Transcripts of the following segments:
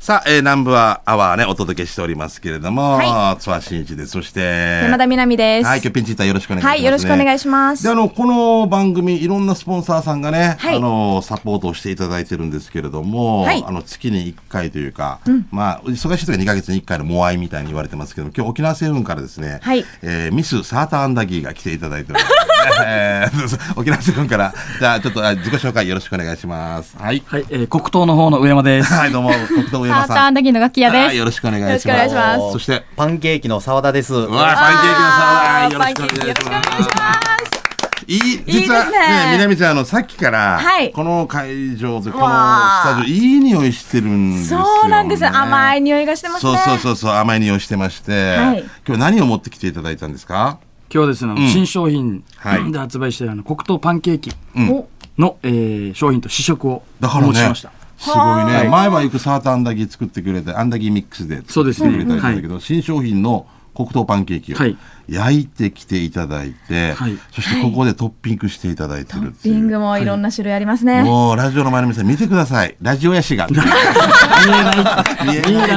さあ、えー、南部はアワーね、お届けしておりますけれども、はツアー新一です。そして、山田みなみです。はい、今日ピンチヒッターよろしくお願いします、ね。はいよろしくお願いしますで、あの、この番組、いろんなスポンサーさんがね、はいあの、サポートをしていただいてるんですけれども、はいあの、月に1回というか、まあ、忙しい時は2ヶ月に1回のモアイみたいに言われてますけども、今日沖縄セブンからですね、はいえーミス・サーターアンダギーが来ていただいてるんですね、 えー沖縄セブンから、じゃあ、ちょっとあ自己紹介よろしくお願いします。はい。はい、えー、黒糖の方の上 山です。はい、どうも、国藤上サ山ーターアさん。ンダギーの楽器屋はいです。よろしくお願いします。よろしくお願いしますそして、パンケーキの澤田です。うわパンケーキのサあーーよろパンしケくーキおよ願いろししくおま願いす。します。いい、いいで実すはねね、みなみちゃん、あの、さっきから、はいこの会場で、このわスあタジオ、いい匂いしてるんですよ、ね。そうなんです。甘いい匂いがしてますそうね。そうそうそう、甘い匂いしてまして、はい今日何を持ってきていただいたんですか今日はですね、あの新商品はいで発売しているあの黒糖パンケーキうんおの、えー商品と試食をおだから持ちしね、ますした。ごいね、前はよくサーターアンダギー作ってくれて、アンダギーミックスでそう作でってくれすねたりしたんだけど、新商品の黒糖パンケーキはいを焼いてきていただいて、はいそしてここでトッピングしていただいてるっトッてピいう。ングもいろんな種類ありますね。もうラジオの前の皆さん見てください。ラジオやし が。見えない。見えない。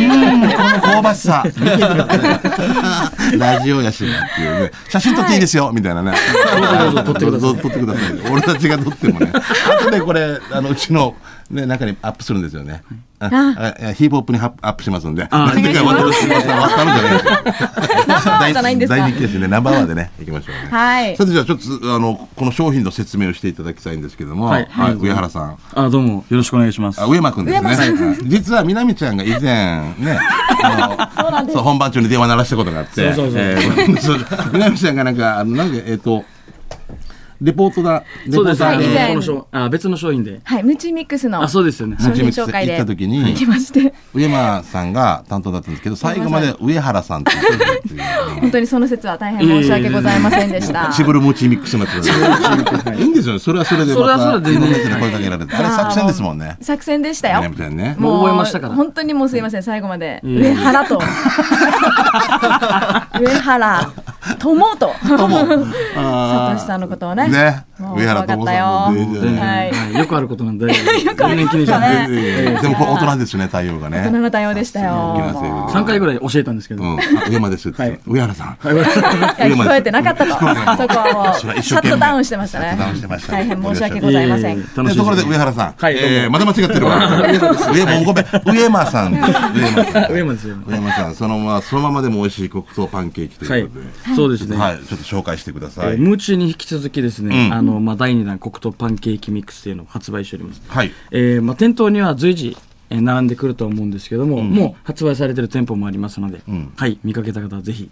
うんこの香ばしさ。見てくださいラジオやしがっていうね。写真撮っていいですよ、みたいなね。どうぞどうぞ撮ってください。俺たちが撮ってもね。あとでこれ、あの、うちの、ね、中にアップするんですよね。ああヒープホップにハップアップしますんで。あてか、渡るすみません。渡るじゃ ないですよ。ナンバーワンじゃないんですか大。人気ですね。ナンバーワンでね、行きましょうね。はいさ。てじゃあちょっとあのこの商品の説明をしていただきたいんですけども、ははいい上原さんあ、どうもよろしくお願いします。あ上間君ですね上間はい実は南ちゃんが以前 ねあのそう本番中に電話鳴らしたことがあってそうそうそうえーそう南ちゃんがなんかあのなんかえっ、とレポートだレポそうでーすタはいー以前ね、この商あ別の商品で。はい、ムチミックスのあ、そうですよね。商初品めて紹介行っでた時に行きまして、上間さんが担当だったんですけど最後まで上原さんって言ってたっていう本当にその説は大変申し訳ございませんでした。シブルムチミックスになってたいいんですよねそれはそれでまそれはそたれで全いろ然んな人に声かけられてあれ作戦ですもんね作戦でしたよ。南ちゃんねもう覚えましたから本当にもうすいません、最後まで。いえい上え原 と。上原友と。あサートシさんのことをね。ねもう上原友さんも分全かった然よ。はい。はいよくあることなんで。よくありましたねいやいやいや でもこれ大人ですね対応がね大人の対応でしたよ沖縄セブン三回ぐらい教えたんですけど。うんあ上間ですってはい上原さんいや聞こえてなかったと。そこはもう、そシれは一生ャ懸命ットダウンしてましたシャットダウンしてねまし。た大変申し訳ございません。楽しでい。ところで上原さんはいどうもえーまだ間違ってるわ上間ごめん上間さん上間さん上山ですよね。上間さんそのままそのままでも美味しい黒糖パンケーキとはいいうことで。そうですね。はいちょっと紹介してくだえさーいムーチに引き続きですね、うんあの、まあ、第二弾黒糖パンケーキミックスというのを発売しております。はいえーまあ、店頭には随時、えー並んでくると思うんですけども、もう発売されてる店舗もありますので、んはい、見かけた方はぜひ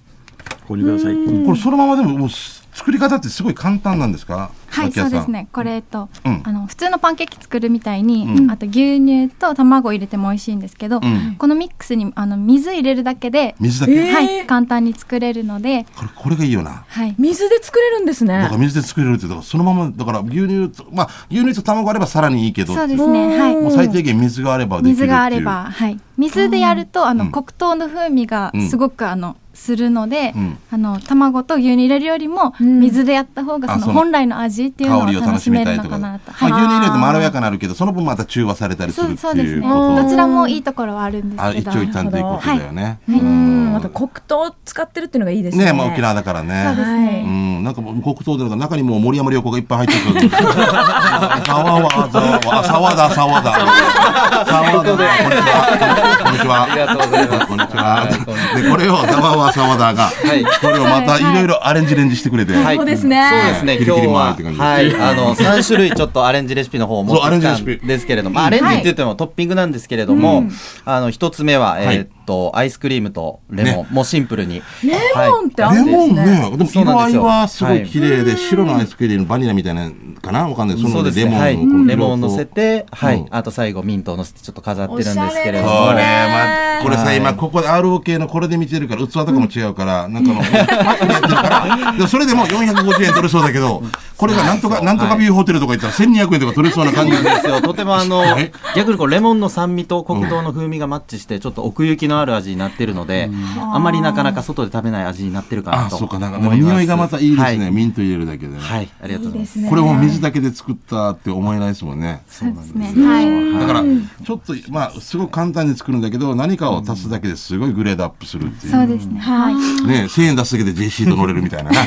購入ください。これそのままでももう作り方ってすごい簡単なんですかはい、脇屋そさうんですね。これ、えっと、うんあの普通のパンケーキ作るみたいに、うんあと牛乳と卵入れても美味しいんですけど、んこのミックスにあの水入れるだけで、水だけえーはい、簡単に作れるので、これこれがいいよなはい、水で作れるんですだねから。水で作れるってだからそのままだから牛乳とまあ牛乳と卵あればさらにいいけどそうですすね。はもうい。最低限水があればできるってい水うがあれば、はい、水でやると、あうんの黒糖の風味がうんすごく、あの。するので、うんあの卵と牛乳入れるよりも、うん水でやった方あがそそのの本来の味っていうのを香りを楽楽ししみめたるいのとかかまなあと。牛乳入れるとまろやかになるけどその分また中和されたりすそるうってそうでいすうね。ことどちらもいいところはあるんですあけ一ど。長一短ということだよねううん、んまた黒糖を使ってるっていうのがいいですね。ねえまあ沖縄だからそうでねすはいねう。んなんかもう黒糖でなんか中にもう森山良子がいっぱい入ってるざわわざわわ沢だ沢だ沢だこんにちはこんにちはありがとうございますこんにちはいこんにちはでこれをざわわ沢田がいこれをまたいろいろアレンジレンジしてくれてはいそうですね。そうですね、キリ今キ日リもあるっはて感、じはい、あの、3種類ちょっとアレンジレシピの方を持ってきたそうアレンジレシんピですけれども、まあアレンジって言ってもトッピングなんですけれども、あの、一つ目は、はいえーっと、アイスクリームとレモン、もうシンプルに。レモンってあるレんですモンね。ね、でもそう色な合いんですよはすごい綺麗で、白のアイスクリーム、バニラみたいなのかなわかんない。そそのうで上ですレね、モンはい。のレモンを乗せて、はうんい。あと最後ミントを乗せてちょっと飾ってるんですけれどこも。れ、おしゃれですねまあ、これさ、はい今、ここで ROK のこれで見てるから、器とかも違うから、なんかの、パックに入ってるから、でもそれでも450円取れそうだけ ど、これがなんとか、なんとかビューホテルとか行ったら1200円とか取れそうな感じそうなんですよ。とてもあの はい、逆にこうレモンの酸味と黒糖の風味がマッチして、ちょっと奥行きのある味になってるので、あんまりなかなか外で食べない味になってるかなあ、とそうか、なんか、思います匂いがまたいいですはね。い、ミント入れるだけでね。はいありがとうございますすねこれも水だけで作ったって思えないですもんね。そうですね。はい。だから、ちょっと、まあ、すごく簡単に作るんだけど、何かを足すだけですごいグレードアップするっていそうう。ですね。はい。ね1000円出すだけで JC と乗れるみ たいなね。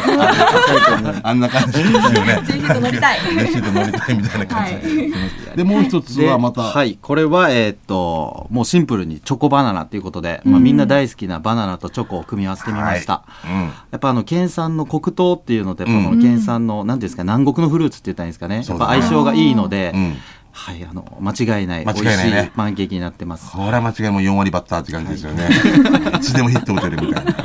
あんな感じですよね。ぜひと乗りたい。 JC と乗りたいみたいな感じ。で、もう一つはまた、ではい、これは、えーっと、もうシンプルにチョコバナナということで、まあ、みんな大好きなバナナとチョコを組み合わせてみました。うん。やっぱあの県産の黒糖っていうのとやっぱこうの県産の何ていうんですか南国のフルーツって言ったらいいんですかねそやうっだぱね相性がいいので、うんはいあの間違いない間美違い味ないしねいパンケーキになってます。これは間違いも4割バッターって感じですよ ね。いつでもヒット打てるみたいな。ね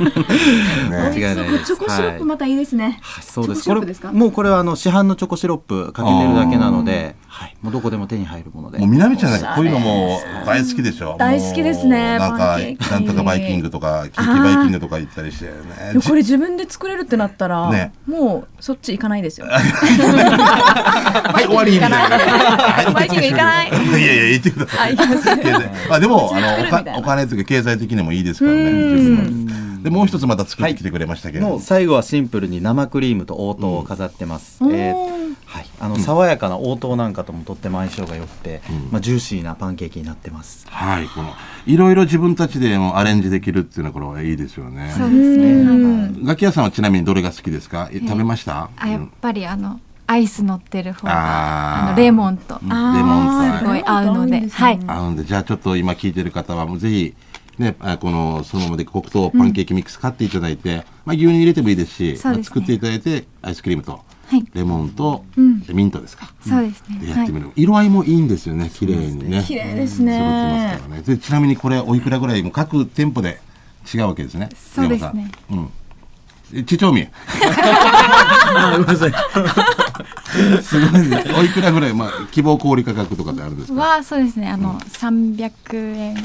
間違いないです。チョコシロップまたいいですね。はい、そうです。チョコシロップこれですかもうこれはあの市販のチョコシロップかけてるだけなので、はい、もうどこでも手に入るもので。もう南ちゃんなんかこういうのも大好きでしょ大好きですねもうなんパかンケー、キなんとかバイキングとか、ケーキバイキングとか行ったりしてね。でもこれ自分で作れるってなったら、ねもうそっち行かな いですよ。はい、終わりみたいな。はいバイキング行かないいやいや、行ってくださあ、い行。きます。経済まあでも、あの、お作るみたいかなお金というか経済的にもいいですからねう自ん分の。で、もう一つまた作ってきてくれましたけれどもうも。最後はシンプルに生クリームと黄桃を飾ってます。えーはい、あの爽やかな黄桃なんかともとっても相性が良くて、まあジューシーなパンケーキになってます。はい、この、いろいろ自分たちでもアレンジできるっていうのはこれはいいですよね。そうですね。ガキ屋さんはちなみにどれが好きですかえ食べましたあやっぱりあのアイス乗ってる方あーがあのレモンとレモンすごい合うので、はい。合うんで、じゃあちょっと今聞いてる方は、もうぜひ、ね、あこの、そのままで黒糖パンケーキミックス買っていただいて、まあ牛乳入れてもいいですし、そうですね作っていただいて、アイスクリームと、はいレモンと、ミントですか。そうですでね。やはってみい。る、色合いもいいんですよね、綺麗にね。綺麗です揃ってまねす。からね。で、ちなみにこれ、おいくらぐらいも各店舗で違うわけですね。そうですね山さん。うん。え、ちちょみ。あ、ごめんなさい。すごいね。おいくらぐらい、まあ、希望小売価格とかであるんですかはそうですね。あの三百円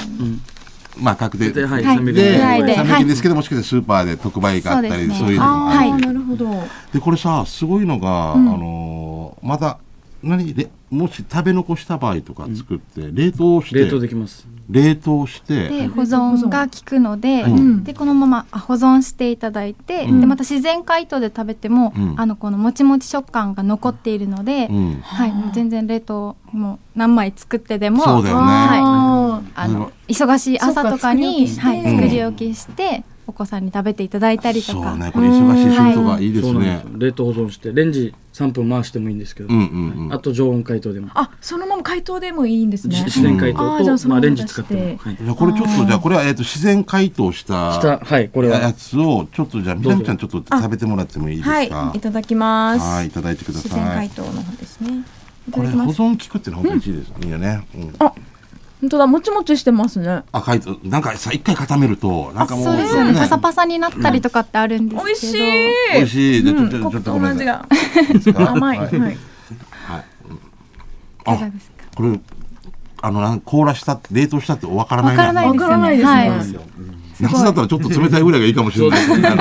まあ、確定ではいはい300で、ぐらい300で、は円でい。すけど、もしかしてスーパーで特売があったり、そうですねそういうのもああるあ、んでなるほど。で、これさ、すごいのが、あのーまた、何で、もし食べ残した場合とか作って、冷凍して、冷凍できます。冷凍して、で保存が効くので、うんでこのままあ保存していただいて、うんでまた自然解凍で食べても、うんあのこのもちもち食感が残っているので、うん。はい、もう全然冷凍もう何枚作ってでもそうだよねはい、ああうんの忙しい朝とかにそっかはい、作作りり置きして、お子さんに食べていただいたりとそか、うね、これ忙しい仕事がいいでそすうなんでねす。よ。冷凍保存して、レンジ3分回してもいいんですけどうん、うんうん。あと常温解凍でも、あ、あ、そのまま解凍でもいいんですじね。自然解うんあーじゃ凍あと、そのまままあレンジ使って出しも。てはい。じゃあこれちょっと、じゃあこれは、えっ、と、自然解凍した、下、はい、これやは。つを、ちょっとじゃあ、みなみちゃんちょっと食べてもらってもいいですかはい、いただきます。はいいただいてください自然解凍の方ですね。いたこだれ、き保ます。存効くってのは本当に一いですよね。いいよね。うん本当だ、もちもちしてますね。赤いとなんかさ一回固めるとなあんかもうそうですよね、ねパサパサになったりとかってあるんですけど、美味しい。美味しいでちょうんちょちょっとごめ黒糖のんな味さがいですか甘い。ははいはいいかあがですかこれあのなん凍らしたって冷凍したってわからなわいからないですわからよないねですねはい夏だったらちょっと冷たいぐらいがいいかもしれないそうですなねん ち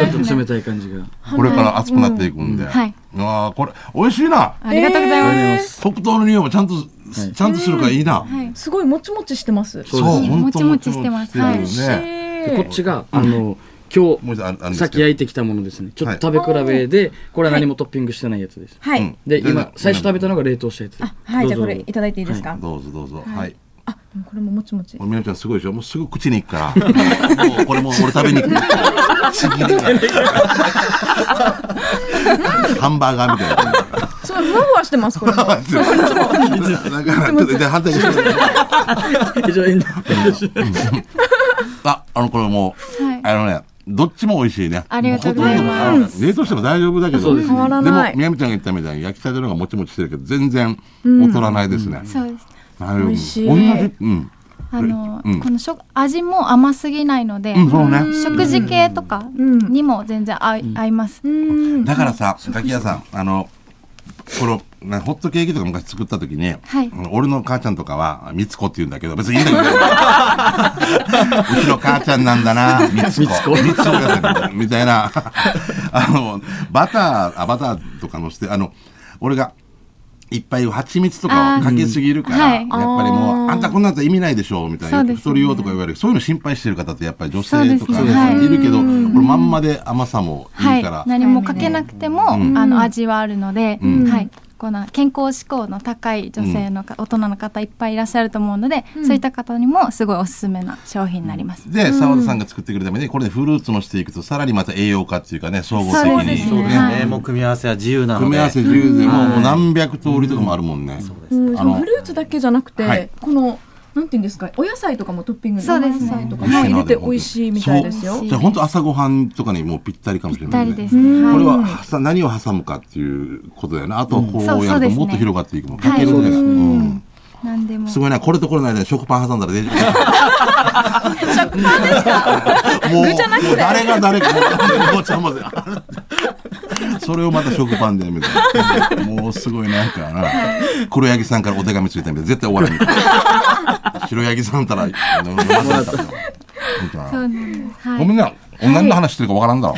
かょっと冷たい感じが。これから暑くなっていくんで、はいああこれ美味しいなありがとうございます、黒糖の匂いもちゃんとちゃんとするからいいなはい、すごいもちもちしてます。そうですねほんともちもちしてますもち美も味ちししてるいよね。でこっちが、あの、今もう一度ああるんで日、すさっき焼いてきたものですね。ちょっと食べ比べで、これは何もトッピングしてないやつです。はういん。で、じゃ今あ、最初食べたのが冷凍したやつ。あ、はい、じゃあこれどうぞいただいていいですか。どうぞどうぞはいあ、でもこれももちもち。みなちゃんすごいでしょもうすぐ口に行くから。もうこれもう俺食べに行く。ちぎれない。ハンバーガーみたいな。すごいふわふわしてますこれ。 だからちょっとで反対にして非常 に。あ、あのこれもう、はいあのね、どっちも美味しいね。ありがとうございますもうほとんどもう冷凍しても大丈夫だけど、そうです変わらないも、みなみちゃんが言ったみたいに焼きたての方がもちもちしてるけど、全然劣らないですね。そうです大丈夫美味しい同じ、うん。あの、うんこの食味も甘すぎないので、うん、そうね。食事系とかにも全然合い,、合います、うん。だからさ、ガキ屋さん、あの、この、なホットケーキとか昔作った時に、はいうん俺の母ちゃんとかは、みつこって言うんだけど、別にいいんだ けど。うちの母ちゃんなんだな、みつこ。みつこがみたいな。あの、バター、あ、バターとかのして、あの、俺が、いっぱい蜂蜜とかをかけすぎるから、はいやっぱりもう、あんたこんなんと意味ないでしょ、みたいな。そようくですね太るよとか言われる。そういうの心配してる方ってやっぱり女そう性でとすかねいるけど、これまんまで甘さもはいいいから。何もかけなくても、うんあの味はあるので、うんはいこの健康志向の高い女性のか、大人の方いっぱいいらっしゃると思うので、そういった方にもすごいおすすめな商品になります。で、澤田さんが作ってくるために、これでフルーツのしていくと、さらにまた栄養価っていうかね、総合的そうでにす。ねねもう組み合わせは自由なので組み合わせ自由でもうもう何百通りとかもあるもんね。うん、あのフルーツだけじゃなくて、はいこのなんていうんですかお野菜とかもトッピングにそうですねお野菜とかも入れて美味しいみたいですよそうじゃあ本当朝ごはんとかにもうぴったりかもしれぴっなたい、ね。りです。うんこれはははさ何を挟むかっていうことだよね。あとこうそうやそるうでとすねもっと広がっていくもん。はいかけるね。うんい。なんでも。すごいな、これとこれの間に食パン挟んだら出てくる。もう具じゃなくてもう誰が誰か、もうちゃんまで。それをまた食パンで、みたいな。もうすごいなんかな。黒柳さんからお手紙ついたみたいな。絶対終わらない。白柳さんたら、飲まされたみたいな本当だそうなんです。はごめんい。な。何の話してるかわからんだろ。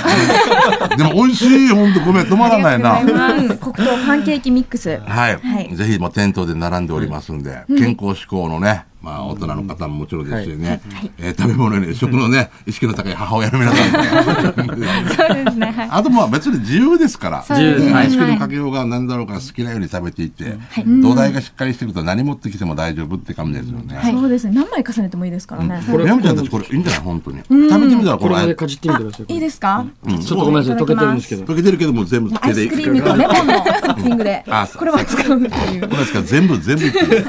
でも美味しい、ほんとごめん、止まらないな。うん黒糖パンケーキミックスはい、はいぜひもう店頭で並んでおりますんで、健康志向のね、まあ、大人の方ももちろんですよね、えー食べ物に食のね意識の高い母親の皆さんもそうですね。はい。あとまあ別に自由ですからそうです自由ね。アイスクリームはかいけようが何だろうが好きなように食べていって、土台がしっかりしてると何持ってきても大丈夫って感じですよね。はいそうですね何枚重ねてもいいですからね、これみなみちゃんたちこれいいんじゃない本当に。食べてみたらここれれ。まで溶かじってみてください。いいですか、ちょっとごめんなさい、溶けてるんですけど。けてるけども全部ア手イで。スクリームとレモンのトッピングであそうこれは使うっていうこれですから全部全部いっていいよ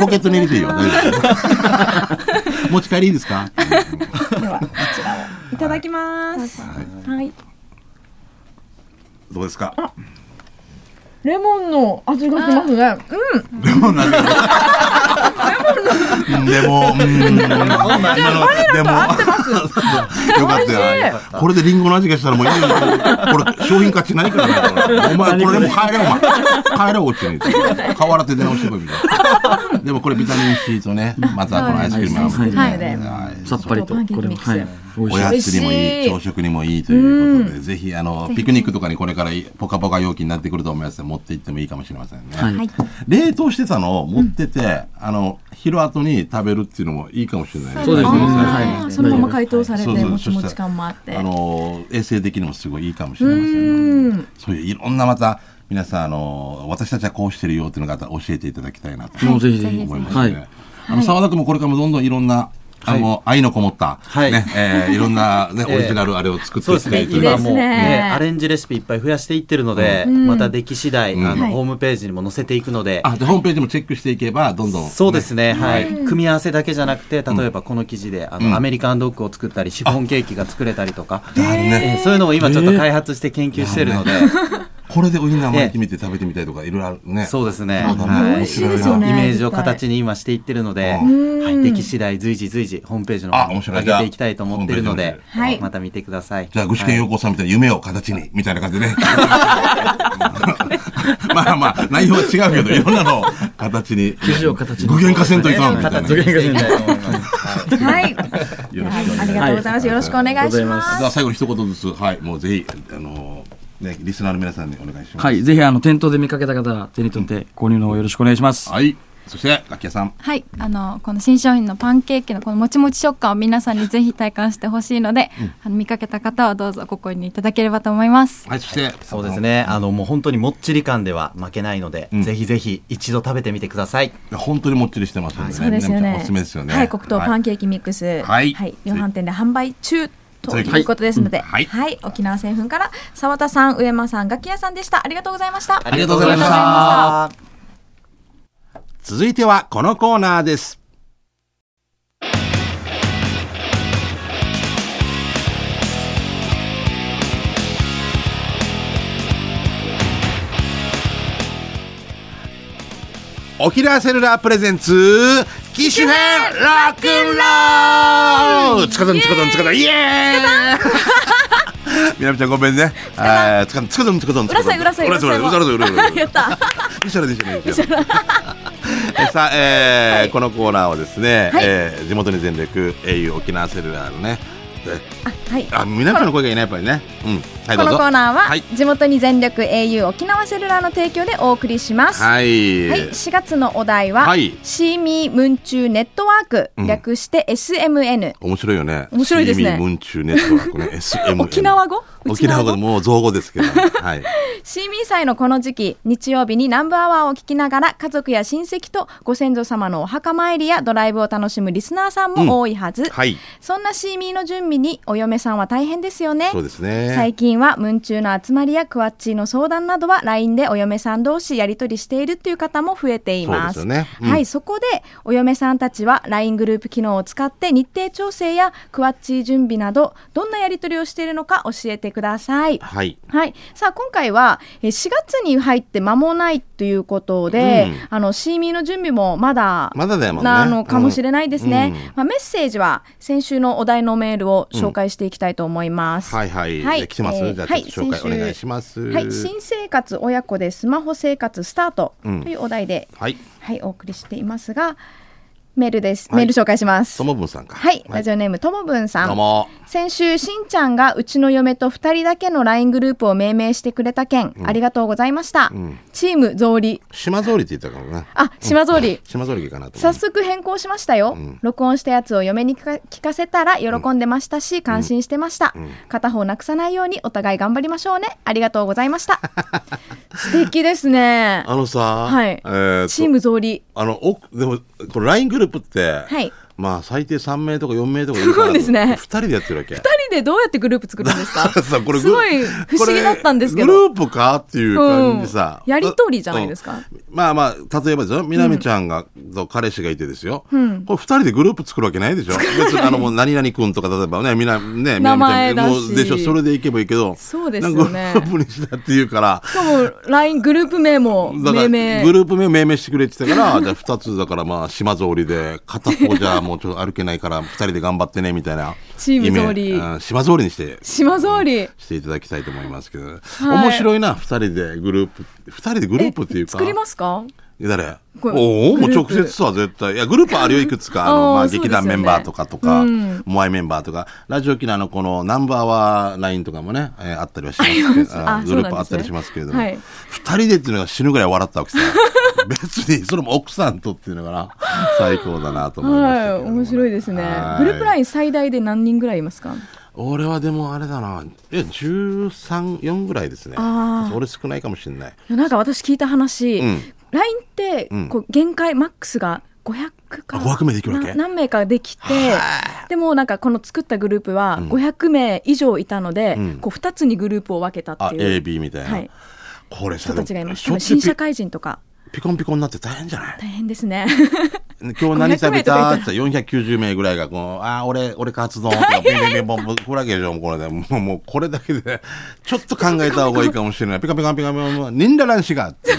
ポケットに入れていいよ。大丈夫持ち帰りいいですかではこちらをいただきますはいどうですかレモンの味がしますねレモンの味でも、うーん、今のでも、よかったよ。これでリンゴの味がしたらもういいよ。これ、商品価値ないからね。お前、これでも帰れ、お前。帰れ、おうちに。河原手で直してこい、みたいな。でもこれビタミン C とね、またこのアイスクリームそうです合うねはいはいさっぱりと、パンケーこキれミも、ックスはい。美味おしいやつにもいい、美味しい朝食にもいいということで、ぜひ、あの、ピクニックとかにこれからポカポカ容器になってくると思いますので持って行ってもいいかもしれませんね。はい。冷凍してたのを持ってて、あの昼後に食べるっていうのもいいかもしれないねそうですねあはーいそのまま解凍されてそうそうもちそもしちたら感もあってあの衛生的にもすごいいいかもしれませんねそういういろんなまた皆さんあの私たちはこうしてるよっていうのが教えていただきたいなともうぜひぜひ。思いますはね。い。あの澤田君もこれからもどんどんいろんなあの、愛のこもった、はいねえーいろんな、ね、オリジナルあれを作ってそういきですたねいという今もういいですねねアレンジレシピいっぱい増やしていってるので、また出来次第、うんあのはいホームページにも載せていくので、あでホームページもチェックしていけばどんどん、そうですね、はい、組み合わせだけじゃなくて、例えばこの生地で、あの、うんアメリカンドッグを作ったり、シフォンケーキが作れたりとか。なるねえーそういうのを今ちょっと開発して研究してるので、これでウインナー巻いてみて食べてみたいとかいろいろあるね そうですね、そうだね美はい、イメ味しいですよねージを形に今していってるので、うはい、出来次第随時随時ホームページのあ方面に白い上げていきたいと思ってるのじゃで、あはいまた見てください。じゃあ、具志堅はい用高さんみたいな夢を形に、みたいな感じでね。まあまあ、内容は違うけど、いろんなのを形に。生地を形に具現化せんとい かん、みたいな。形じにしていきたいと思います。はいろしくお願いしますありがとうございますよろしくお願いしますゃあ、最後に一言ずつ、はい、もうぜひ、あのー、ね、リスナーの皆さんにお願いします。はい。ぜひ、あの、店頭で見かけた方は手に取って購入の方よろしくお願いします。はい。そして、楽器屋さん。はい、あのこの新商品のパンケーキのこのもちもち食感を皆さんにぜひ体感してほしいので、あの見かけた方はどうぞご購入いただければと思います。はい、そして、そうですね。あの、もう本当にもっちり感では負けないので、うんぜひぜひ一度食べてみてください。いや。本当にもっちりしてますんでね。そうですよ皆さねんおすすめですよね。はい黒糖パはいンケーキミックスはい量販店で販売中とはいいうことですのでははいい、沖縄製粉から澤田さん上間さんガキ屋さんでしたありがとうございましたりがとうございましたありがとうございました続いては、このコーナーです。沖縄セルラープレゼンツ機種編ロックンロールつかどんつかどんつかどんイエーイ みなみちゃんごめんねあーつかどんつかどんつかどんつ裏かどさんい裏さい裏さい裏さい裏さい裏さい やったミシャラでいいじゃないですか。えさあ、えーこのコーナーはですね、えー地元に全力 au 沖縄セルラーのね、はいあ皆さんの声がいいねやっぱりねうんはいどこうのぞコーナーははい地元に全力 au 沖縄セルラーの提供でお送りします。ははい、い、4月のお題は、はいシーミームンチューネットワーク、うん略して SMN。面白いよね面白いですねシーミームンチューネットワーク ね SMN 沖縄語沖縄語でもう造語ですけど、はいシーミー祭のこの時期、日曜日に南部アワーを聞きながら、家族や親戚とご先祖様のお墓参りやドライブを楽しむリスナーさんも多いはず。はいそんなシーミーの準備にお嫁さんは大変ですよね。そうですね最近は文中の集まりやクワッチーの相談などは LINE でお嫁さん同士やり取りしているという方も増えています。そうですよねうんはい、そこでお嫁さんたちは LINE グループ機能を使って日程調整やクワッチー準備などどんなやり取りをしているのか教えてください。はいはい、さあ今回はえー4月に入って間もないということで、うんあのシーミーの準備もまだまだだよもんねなのかもしれないですね、うんまあ、メッセージは先週のお題のメールを紹介していきたいと思います、はいはい、はいじゃあ来てます、えーじゃあはいちょっと紹介先週お願いしますはい、新生活親子でスマホ生活スタートとうんいうお題で、はいはい、お送りしていますがメールです、はいメール紹介しますともぶんさんかはい、ラジオネームともぶんさんどうも先週しんちゃんがうちの嫁と2人だけの LINE グループを命名してくれた件、ありがとうございました、んチーム草履島ぞうりって言ったからなあ島草履、島ぞうりかなと思早う速変更しましたよ、うん録音したやつを嫁に聞か聞かせたら喜んでましたし、感心してました、ん片方なくさないようにお互い頑張りましょうねありがとうござい ました素敵ですねあのさ、はいえーとチーム草履あのおでもこれ LINE グループって、はいまあ最低3名とか4名とかいるからそうですね2人でやってるわけ2人でどうやってグループ作るんです かさこれすごい不思議だったんですけこれグどループかっていう感じさ、うんやりとりじゃないですかうんまあまあ例えばですよみなみちゃんが、と彼氏がいてですよ、んこれ二人でグループ作るわけないでしょ別にあのもう何々君とか例えばねみなねみな名みちゃ前んもだしうでしょそれでいけばいいけどそうですよねなんかグループにしたっていうからしかも LINE グループ名もだから命グ名ループ名命名してくれって言ったから じゃあ2つだからまあ島ぞうりで片方じゃもうちょっと歩けないから2人で頑張ってねみたいなチームぞうりイメージうん島ぞうりにして島ぞりしていただきたいと思いますけど、面白いな二人でグループ二人でグループっていうか作りますか誰これおおもうグルー直プ接さ絶対いやグループあるよいくつかあのあーまあそうですよね劇団メンバーとかとか、うんモアイメンバーとかラジオ機能のこのナンバーワーラインとかもね、えーあったりはしますけどあーそグうルーなんですねプあったりしますけれども、はい二人でっていうのが死ぬぐらい笑ったわけさ別にそれも奥さんとっていうの がな最高だなと思いましたけはれどいもね面白いですねはいグループ LINE 最大で何人ぐらいいますか俺はでもあれだなえ134ぐらいですねあー俺少ないかもしれないなんか私聞いた話、うん LINE ってうんこう限界マックスが500かあ500名できるわけな何名かできてでもなんかこの作ったグループはん500名以上いたので、うんこう2つにグループを分けたあっていう AB みたいな、はいこれさ人たちがいますでもしょ新っちゅ社うピ会人とかピコンピコンになって大変じゃない大変ですね今日何食べた500名とかいたらって言ったら490名ぐらいがこうあー俺俺カツ丼とかビンビンビンボンボンこれだけでしょもうこれでもうもうこれだけでちょっと考えた方がいいかもしれないピカピカピカピカピカ忍者乱視がっていう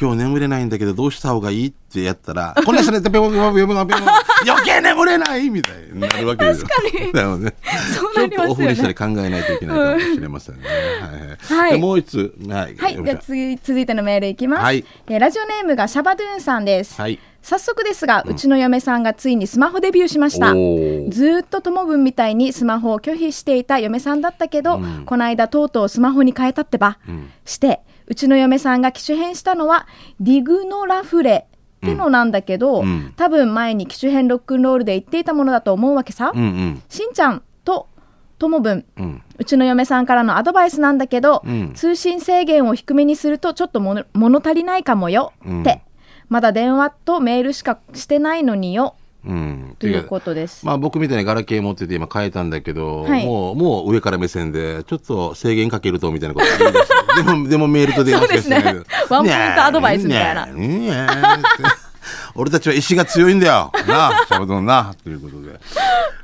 今日眠れないんだけどどうした方がいいってやったらこんな人でピコピコピコピコピコ余計眠れないみたいになるわけですよ確かにだよねそうなりちょっとますよオフにねしたり考えないといけないかもしれませんね。はいはい。はいでもう一つ、はい。はい、読みでまはしょ次続いてのメールいきます、はいえーラジオネームがシャバドゥーンさんです、うはい。早速ですが、うちの嫁さんがついにスマホデビューしましたおーずーっと友分みたいにスマホを拒否していた嫁さんだったけど、んこの間とうとうスマホに変えたってば、んしてうちの嫁さんが機種変したのはディグノラフレってのなんだけど、うんうん多分前に機種変ロックンロールで言っていたものだと思うわけさ、うんうんしんちゃんと友分うん。うちの嫁さんからのアドバイスなんだけど、うん通信制限を低めにするとちょっともの物足りないかもよって、うんまだ電話とメールしかしてないのにようん。ということです。まあ僕みたいにガラケー持ってて今変えたんだけど、はいもう、もう上から目線で、ちょっと制限かけるとみたいなこと言い出して。でも、でもメールと電話しかしてないけどそうですねワンポイントアドバイスみたいなねえねえねえって俺たちは石が強いんだよ。なあ、シャバドゥンな。ということで。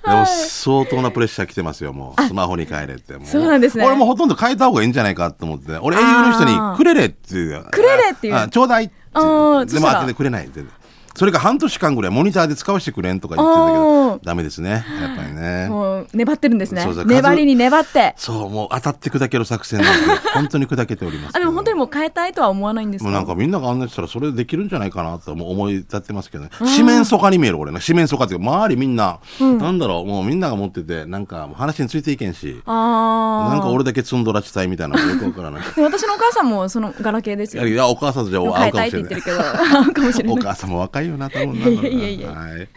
でも相当なプレッシャー来てますよ、もう。スマホに変えれって。もそうなんですね俺もほとんど変えた方がいいんじゃないかと思って。俺、英雄の人にくれれって言うよ。くれれって言うあちょうだいって言うあーそでしもたら当ててくれない。全然それが半年間ぐらいモニターで使わせてくれんとか言ってんだけおどーダメですねやっぱりねもう粘ってるんですねそうそう粘りに粘ってそうもう当たって砕ける作戦なんで本当に砕けておりますあでも本当にももう変えたいとは思わないんですうなんかみんながあんなしたらそれできるんじゃないかなともう思い立ってますけどね四面楚歌に見える俺ね四面楚歌っていうか周りみんな、なんだろうもうみんなが持っててなんかもう話についていけんしあーなんか俺だけツンドラ地帯みたいなのよくわ からないでも私のお母さんもそのガラケーですよいやお母さんとじゃあ変会えうかもしたいってれ言ってないるけど合うかもしれないお母さんも若いよな、多分な。いやいやいやいやはい。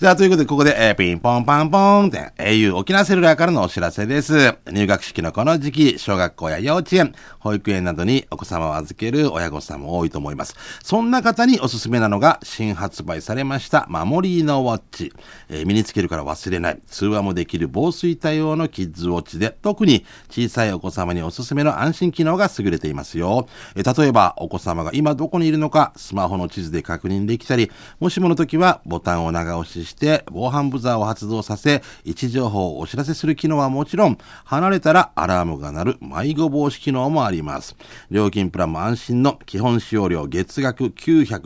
じゃあ、ということで、ここで、えーピンポンパンポンって、au 沖縄セルラーからのお知らせです。入学式のこの時期、小学校や幼稚園、保育園などにお子様を預ける親御さんも多いと思います。そんな方におすすめなのが、新発売されました、マモリーノウォッチ。えー身につけるから忘れない、通話もできる防水対応のキッズウォッチで、特に小さいお子様におすすめの安心機能が優れていますよ。えー例えば、お子様が今どこにいるのか、スマホの地図で確認できたり、もしもの時はボタンを長押しして、防犯ブザーを発動させ、位置情報をお知らせする機能はもちろん、離れたらアラームが鳴る迷子防止機能もあります。料金プランも安心の基本使用料月額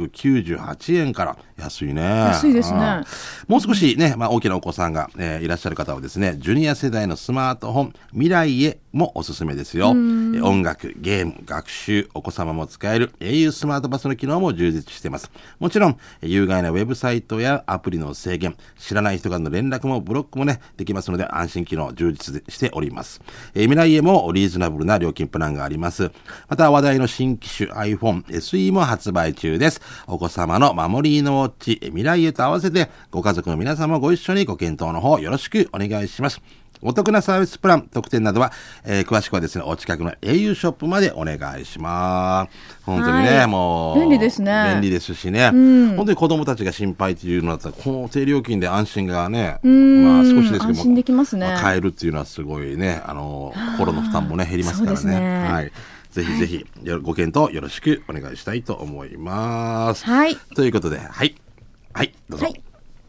998円から、安いね。安いですねうんもう少しね、まあ、大きなお子さんが、えーいらっしゃる方はですね、ジュニア世代のスマートフォン、未来へもおすすめですよ。えー音楽、ゲーム、学習、お子様も使える au スマートバスの機能も充実しています。もちろん、えー有害なウェブサイトやアプリの制限、知らない人からの連絡もブロックもね、できますので、安心機能充実しております。えー未来へもリーズナブルな料金プランがあります。また、話題の新機種 iPhone SE も発売中です。お子様の守りのウォッチ、えー未来へと合わせて、ご家族の皆様もご一緒にご検討の方よろしくお願いします。お得なサービスプラン、特典などは、えー詳しくはですね、お近くの au ショップまでお願いします。本当にね、はいもう。便利ですね便利ですしね。ん本当に子供たちが心配っていうのだったら、この低料金で安心がね、んまあ少しですけども安心できますねあ買えるっていうのはすごいね、あの、心の負担もね、減りますかそうでらすね。ねはい。ぜひぜひ、よご検討よろしくお願いしたいと思います。はいということで、はい。はい、どうぞ。はい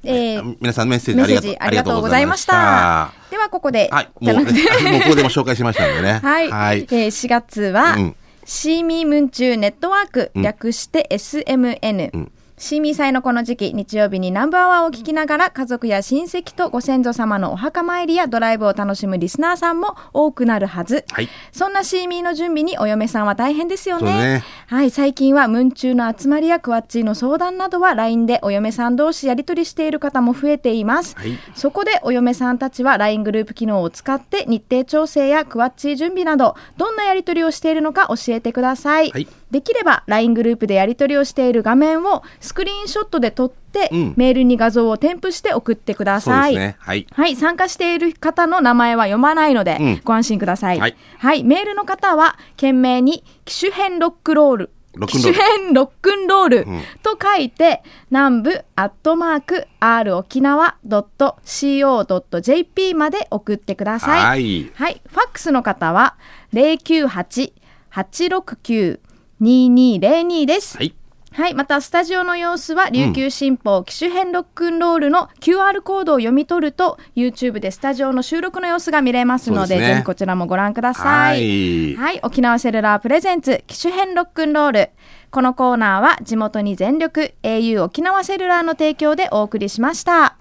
えー皆さんメッセージメあッりセがとーうじありがとうございましありがとうございたまし。でははい、ここで、じもゃう、なくてもうここでも紹介しましたんでね。 はい、はい。えー4月は、うんシーミームンチューネットワーク、ん略して SMN、シーミー祭のこの時期日曜日にナンバーワンを聞きながら家族や親戚とご先祖様のお墓参りやドライブを楽しむリスナーさんも多くなるはず、はいそんなシーミーの準備にお嫁さんは大変ですよねそうねはい最近はムンチューの集まりやクワッチーの相談などは LINE でお嫁さん同士やり取りしている方も増えています、はいそこでお嫁さんたちは LINE グループ機能を使って日程調整やクワッチー準備などどんなやり取りをしているのか教えてください、はいできれば LINE グループでやり取りをしている画面をスクリーンショットで撮って、うんメールに画像を添付して送ってくだそうさでいすね。はい。はい、参加している方の名前は読まないので、うんご安心ください,、ははいい。メールの方は、懸命に、機種編ロックロール、ロック機ンロール種編ロックンロールんと書いて、南部アットマーク r 沖縄 .co.jp まで送ってください。はいはい、ファックスの方は、098-869-2202です。はい。はい、またスタジオの様子は琉球新報機種編ロックンロールの QR コードを読み取ると YouTube でスタジオの収録の様子が見れますのそでうですねぜひこちらもご覧くださはいい、はい、沖縄セルラープレゼンツ機種編ロックンロールこのコーナーは地元に全力 au 沖縄セルラーの提供でお送りしました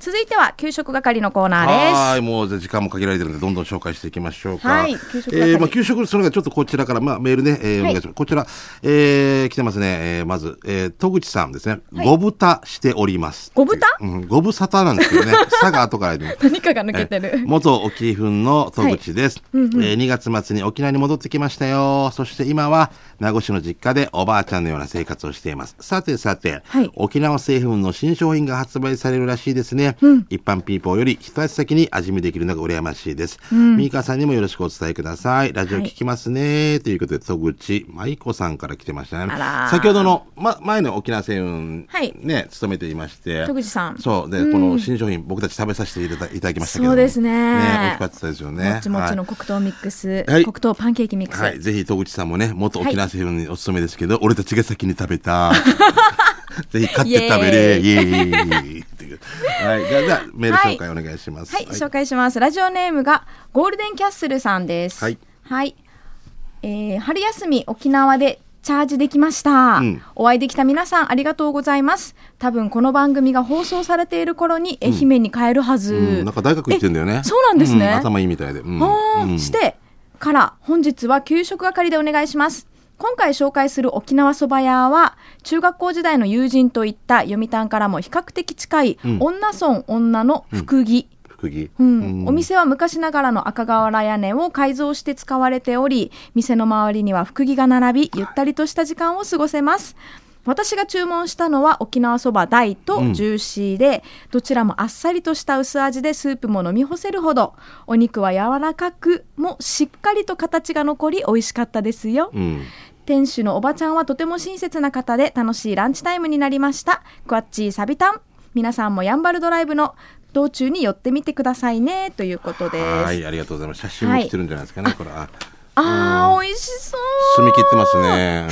続いては給食係のコーはナーーでい、もう時間も限られてるので、どんどん紹介していきましょうか。はい給食係えーまあ、給食、それがちょっとこちらから、まあ、メールね、えーお願いします。こちら、えー来てますね。えーまず、えー戸口さんですね。ご無たしております。ご無たうん、ご無沙汰なんですけど ね。さが後からで、す何かが抜けてえる元沖粉の戸口です、えー2月末に沖縄に戻ってきましたよそして今は名護市の実家でおばあちゃんのような生活をしていますさてさて、はい沖縄製粉の新商品が発売されるらしいですね、一般ピーポーより一足先に味見できるのが羨ましいです、ミーカーさんにもよろしくお伝えくださいラジオ聞きますね、ということで戸口舞子さんから来てましたねあらー先ほどの、ま、前の沖縄製粉はいね、勤めていまして戸口さんそうで、この新商品僕たち食べさせていただいただきましたけどもそうですねね、大きかったですよね。もちもちのは黒糖ミックス、はい黒糖パンケーキミッいクス、はい、ぜひ戸口さんもね、元沖縄製粉にお勤めですけど、俺たちが先に食べ た。ぜひ買って食べれ、イイエーイ。っていうはい、じゃあ、じゃあ、メール紹介お願いします。はい、紹介します。ラジオネームがゴールデンキャッスルさんです。はい。はい。えー春休み沖縄でチャージできました、うんお会いできた皆さんありがとうございます多分この番組が放送されている頃に愛媛に帰るはず、うん、なんか大学行ってんだよねえそうなんですねう頭いいみたいで、うんあうーんしてから本日は給食係でお願いします今回紹介する沖縄そば屋は中学校時代の友人といった読谷からも比較的近い、うん女村女の福木、福木、うんうんお店は昔ながらの赤瓦屋根を改造して使われており店の周りには福木が並びゆったりとした時間を過ごせます私が注文したのは沖縄そば大とジューシーで、どちらもあっさりとした薄味でスープも飲み干せるほどお肉は柔らかくもしっかりと形が残り美味しかったですよ、うん、店主のおばちゃんはとても親切な方で楽しいランチタイムになりましたクワッチーサビタン皆さんもやんばるドライブの道中に寄ってみてくださいねということですはいありがとうございます写真も来てるんじゃないですかね、これああー美味しそう澄み切ってますね、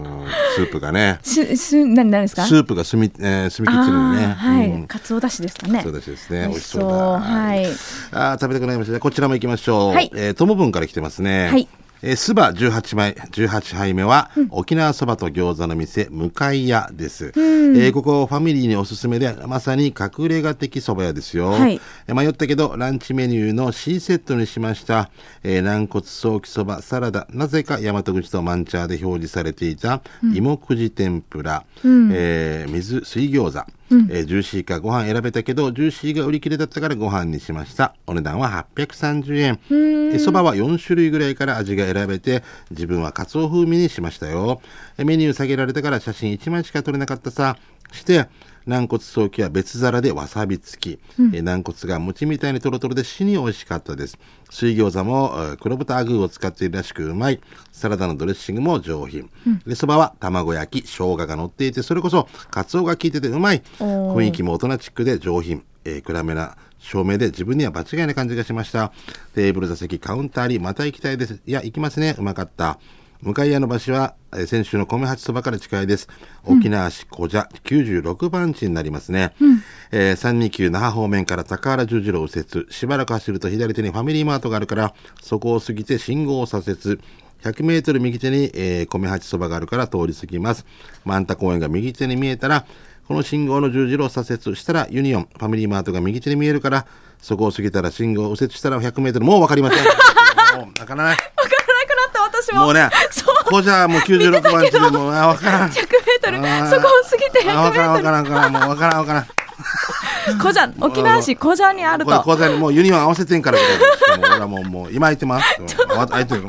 うんスープがねすす何何ですスかープが澄み,、えー、澄み切ってるのね、あーはい、うんかつおだしですかねそうですですね。美美味味ししそそううだ。はいあー食べたくなりましたね。こちらも行きましょう。はいえー友分から来てますね。はいえー、スバ18枚、18杯目は、沖縄そばと餃子の店、向かい屋です。えーここファミリーにおすすめで、まさに隠れ家的そば屋ですよ。はいえー迷ったけど、ランチメニューの C セットにしました。えー軟骨ソーキそば、サラダ、なぜか大和口とマンチャーで表示されていた、芋くじ天ぷら、えー水、水餃子、えージューシーかご飯選べたけど、ジューシーが売り切れだったからご飯にしました。お値段は830円。えーそばは4種類ぐらいから味が選べて、自分はカツオ風味にしましたよ。えーメニュー下げられたから写真1枚しか撮れなかったさ。して、軟骨早期は別皿でわさび付き、えー軟骨が餅みたいにとろとろで死に美味しかったです水餃子もえー黒豚アグーを使っているらしくうまいサラダのドレッシングも上品、でそばは卵焼き生姜が乗っていてそれこそカツオが効いててうまいおー雰囲気も大人チックで上品、えー暗めな照明で自分には間違いな感じがしましたテーブル座席カウンターにまた行きたいですいや行きますねうまかった向かい屋の場所は、えー先週の米八そばから近いです。沖縄市小蛇96番地になりますね。えー329那覇方面から高原十字路を右折。しばらく走ると左手にファミリーマートがあるから、そこを過ぎて信号を左折。100メートル右手に、えー米八そばがあるから通り過ぎます。万太公園が右手に見えたら、この信号の十字路を左折したらユニオン、ファミリーマートが右手に見えるから、そこを過ぎたら信号を右折したら100メートル、もうわかりません。もうわからない。分からなくなった私ももうね、そうここじゃもう96番地でもう、あ、わからん。 100メートルそこを過ぎてあわからんわ100メからんわからん、もうわからんわからん。ートル小じゃ沖縄市小じゃにあるこれ、とこれもうユニオン合わせてんから、みたいなもう俺はもう、もう、今言ってます。わあいてる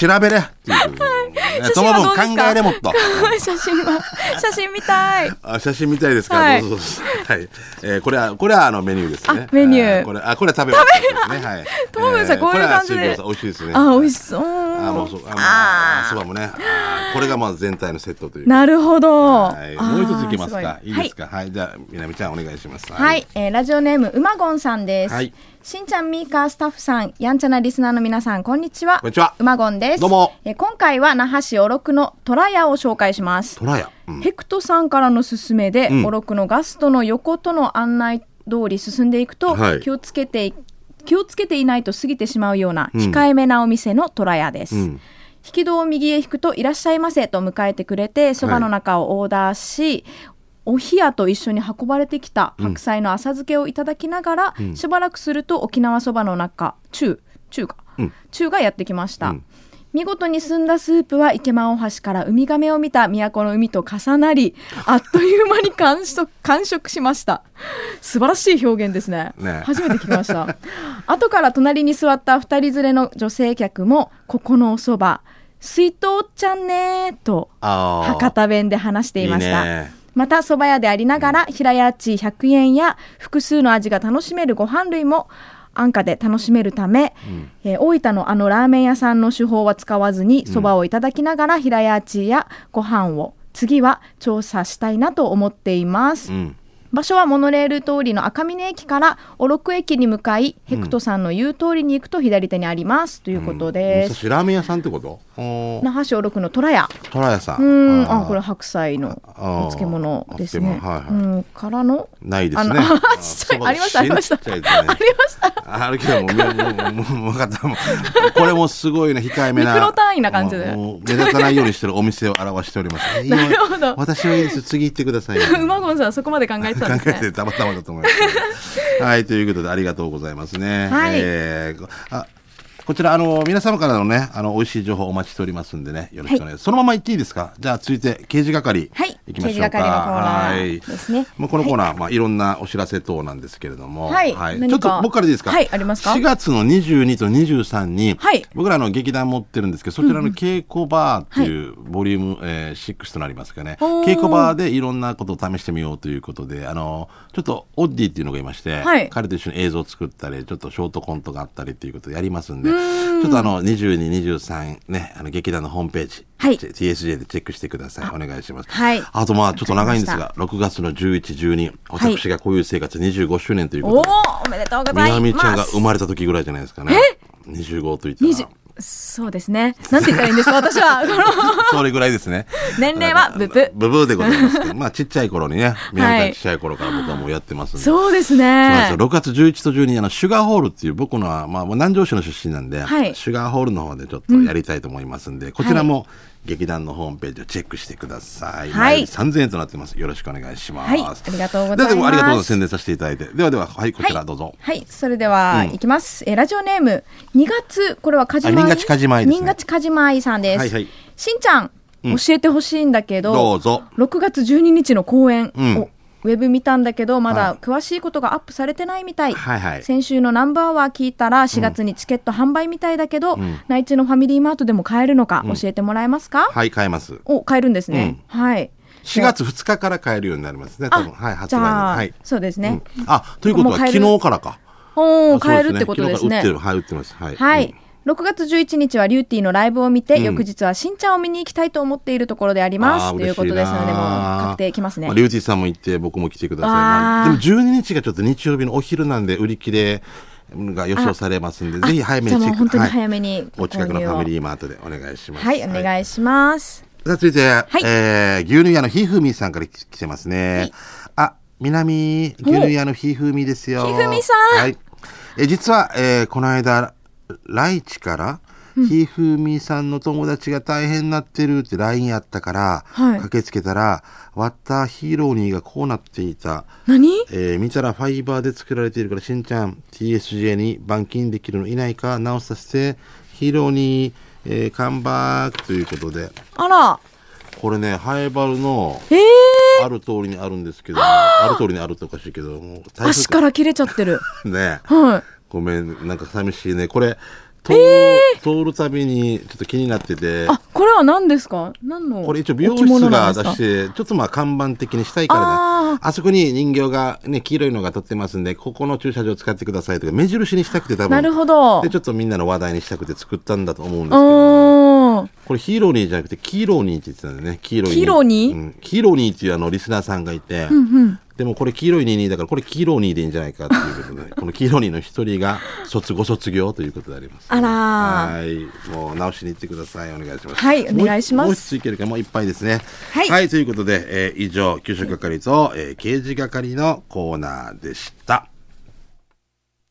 調べれっていうことね。写と真もはどぶうですんか考えれもっと。写真は写真見たいあ写真みたいですか、はいどうぞどうぞ。はい。えー、これは、これはあのメニューですねあ。メニューえこれ、あ、これは食べますですね。はい。ともぶんさんこういう感じでえーこれは水餃子美味しいですね。あ美味しそうあ、もうそう、ああの、そばもね。あーこれがまず全体のセットという。なるほど、はい、もう一ついきますあかー。いいですか。はい、じゃあ、みなみちゃん、お願いします。はい、。えーラジオネームうまごんさんです、はいしんちゃんみーかスタッフさんやんちゃなリスナーの皆さんこんにちはこんにちはうまごんですどうもえー今回は那覇市おろくのトラヤを紹介しますトラヤ。うんヘクトさんからの勧めで、うんおろくのガストの横との案内通り進んでいくと、はい気をつけて気をつけていないと過ぎてしまうようなうん控えめなお店のトラヤです、うん引き戸を右へ引くと「いらっしゃいませ」と迎えてくれてそばの中をオーダーし、お冷やと一緒に運ばれてきた白菜の浅漬けをいただきながら、んしばらくすると沖縄そばの中中中華、うん中がやってきました、うん見事に澄んだスープは池間大橋からウミガメを見た都の海と重 なりあっという間に完食完食しました素晴らしい表現ですねね初めて聞きました 後から隣に座った2人連れの女性客もここのおそば水筒ちゃんねーとあー博多弁で話していましたいいねまた蕎麦屋でありながら平屋地100円や複数の味が楽しめるご飯類も安価で楽しめるため、えー大分のあのラーメン屋さんの手法は使わずに蕎麦をいただきながら平屋地やご飯を次は調査したいなと思っています、うん。場所はモノレール通りの赤峰駅から小六駅に向かい、ヘクトさんの言う通りに行くと左手にありますということでそす。してラーメン屋さんってことおー那覇市小六の虎屋。虎屋さん。うん、ーあ、これ白菜のお漬物ですね。あーお漬う物はいはいん、からの。ないですね。あのあーちっちゃいありましたありましたありました。あるけども、もう、もう、もう、分かった。もうこれもすごいね、控えめな。ミクロ単位な感じでもう目立たないようにしてるお店を表しております。いいよなるほど私はいいです。次行ってくださいよ。馬込さんはそこまで考えてたんです考えね。てたまたまだと思います。 はい、ということでありがとうございますね。はいえーあこちら、あの、皆様からのね、あの、美味しい情報お待ちしておりますんでね、よろしくお願いします。そのまま行っていいですかじゃあ、続いて、刑事係。はい行きましょうか。刑事係のコーナーはいですねまあ、このコーナー、い、まあ、いろんなお知らせ等なんですけれども。はいち何ょかっと、僕からでいいですかはいありますか ?4 月の22と23に、はい僕らあの劇団持ってるんですけど、そちらの稽古バーっていう、ボリューム、えー6となりますかね。おー稽古バーでいろんなことを試してみようということで、あの、ちょっとオッディっていうのがいまして、はい彼と一緒に映像を作ったり、ちょっとショートコントがあったりということでやりますんで、ちょっとあの、22、23ね、あの劇団のホームページ、はいチェ TSJ でチェックしてください。お願いします。はいあとまあ、ちょっと長いんですわが、6月の11、12、はい私がこういう生活25周年ということおおで、、おめでとうございます。南ちゃんが生まれた時ぐらいじゃないですかね。25と言二った十 ら。そうですね。なんて言ったらいいんですか、私は。このそれぐらいですね。年齢はブブブブーでございますけど、まあちっちゃい頃 にね、南ちゃんちっちゃい頃から僕はもうやってますんで。そうですそうなんですねよ。。6月11と12、あの、シュガーホールっていう、僕のは、まあ、もう南城市の出身なんで、はいシュガーホールの方でちょっとやりたいと思いますんで、こちらも劇団のホームページをチェックしてください。は前い売り3000円となってます。よろしくお願いします。はいありがとうございますではでもありがとうございます。宣伝させていただいて。ではでは、はい、こちらどうぞ。はい、それでは、いきます。えー、ラジオネーム、2月、これはカジマイ。あ新勝カジマイですね新勝カジマイさんです。はいはいしんちゃん、教えてほしいんだけど、どうぞ。 6月12日の公演を、うんウェブ見たんだけどまはだい詳しいことがアップされてないみたい、はいはい先週のナンバーアワー聞いたら4月にチケット販売みたいだけど、内地のファミリーマートでも買えるのか教えてもらえますか、はい、買えます。お買えるんですね、はい4月2日から買えるようになりますね、多分。はい、発じ売の。ゃあ、はい。そうですね、うんあ、ということもはう買え昨る日からか。おおあそう買えるってことですね昨日から売ってる。はい、売ってます。はい。はいうん。 6月11日はリューティーのライブを見て、うん翌日はしんちゃんを見に行きたいと思っているところでありまあすーということですの嬉しで、もういなー確定きますね。あリュウティさんも行って、僕も来てください。わーまあでも12日がちょっと日曜日のお昼なんで、売り切れが予想されますんで、あぜひ早めにチェじゃあッもうク本当にはい早めにごお近くの購入フをァミリーマートでお願いします。はい、お願いします。さあ、続いて、いえー牛乳屋のひふみさんから来来てますね。あ、南、牛乳屋のひふみですよ。ひふみさんはい。え、実は、えーこの間、ライチから、ひふみさんの友達が大変になってるって LINE あったから、はい駆けつけたら、ワッターヒーローニーがこうなっていた。何えー見たらファイバーで作られているから、しんちゃん、TSJ に板金できるのいないか直させて、ヒーローに、えー、カンバークということで、あら、これね、ハエバルの、ええある通りにあるんですけど、ある通りにあるっておかしいけど、もう。ー、足からら切れちゃってる。ねはごめん、なんか寂しいね。これ、通,、通るたびにちょっと気になっててい。、あ、これは何ですか何のこれ一応美お容着室物がなんで出すかして、ちょっとまあ看板的にしたいからね。ああそこに人形がね、黄色いのが立ってますんで、ここの駐車場使ってくださいとか、目印にしたくて多分。なるほどで、ちょっとみんなの話題にしたくて作ったんだと思うんですけど。おーこれヒーローニーじゃなくて、キーローニーって言ってたんだよね。キーローニー。キーローニーうん。キーローニーっていうあの、リスナーさんがいて、でもこれ黄色い22だから、これ黄色い2でいいんじゃないかっていうこと で、この黄色い2の一人が卒、ご卒業ということであります、あらはい。もう直しに行ってください。お願いします。はいお願いしますもう一ついけるか、もういっぱいですね。はいということで、えー以上、給食係と、えー、刑事係のコーナーでした。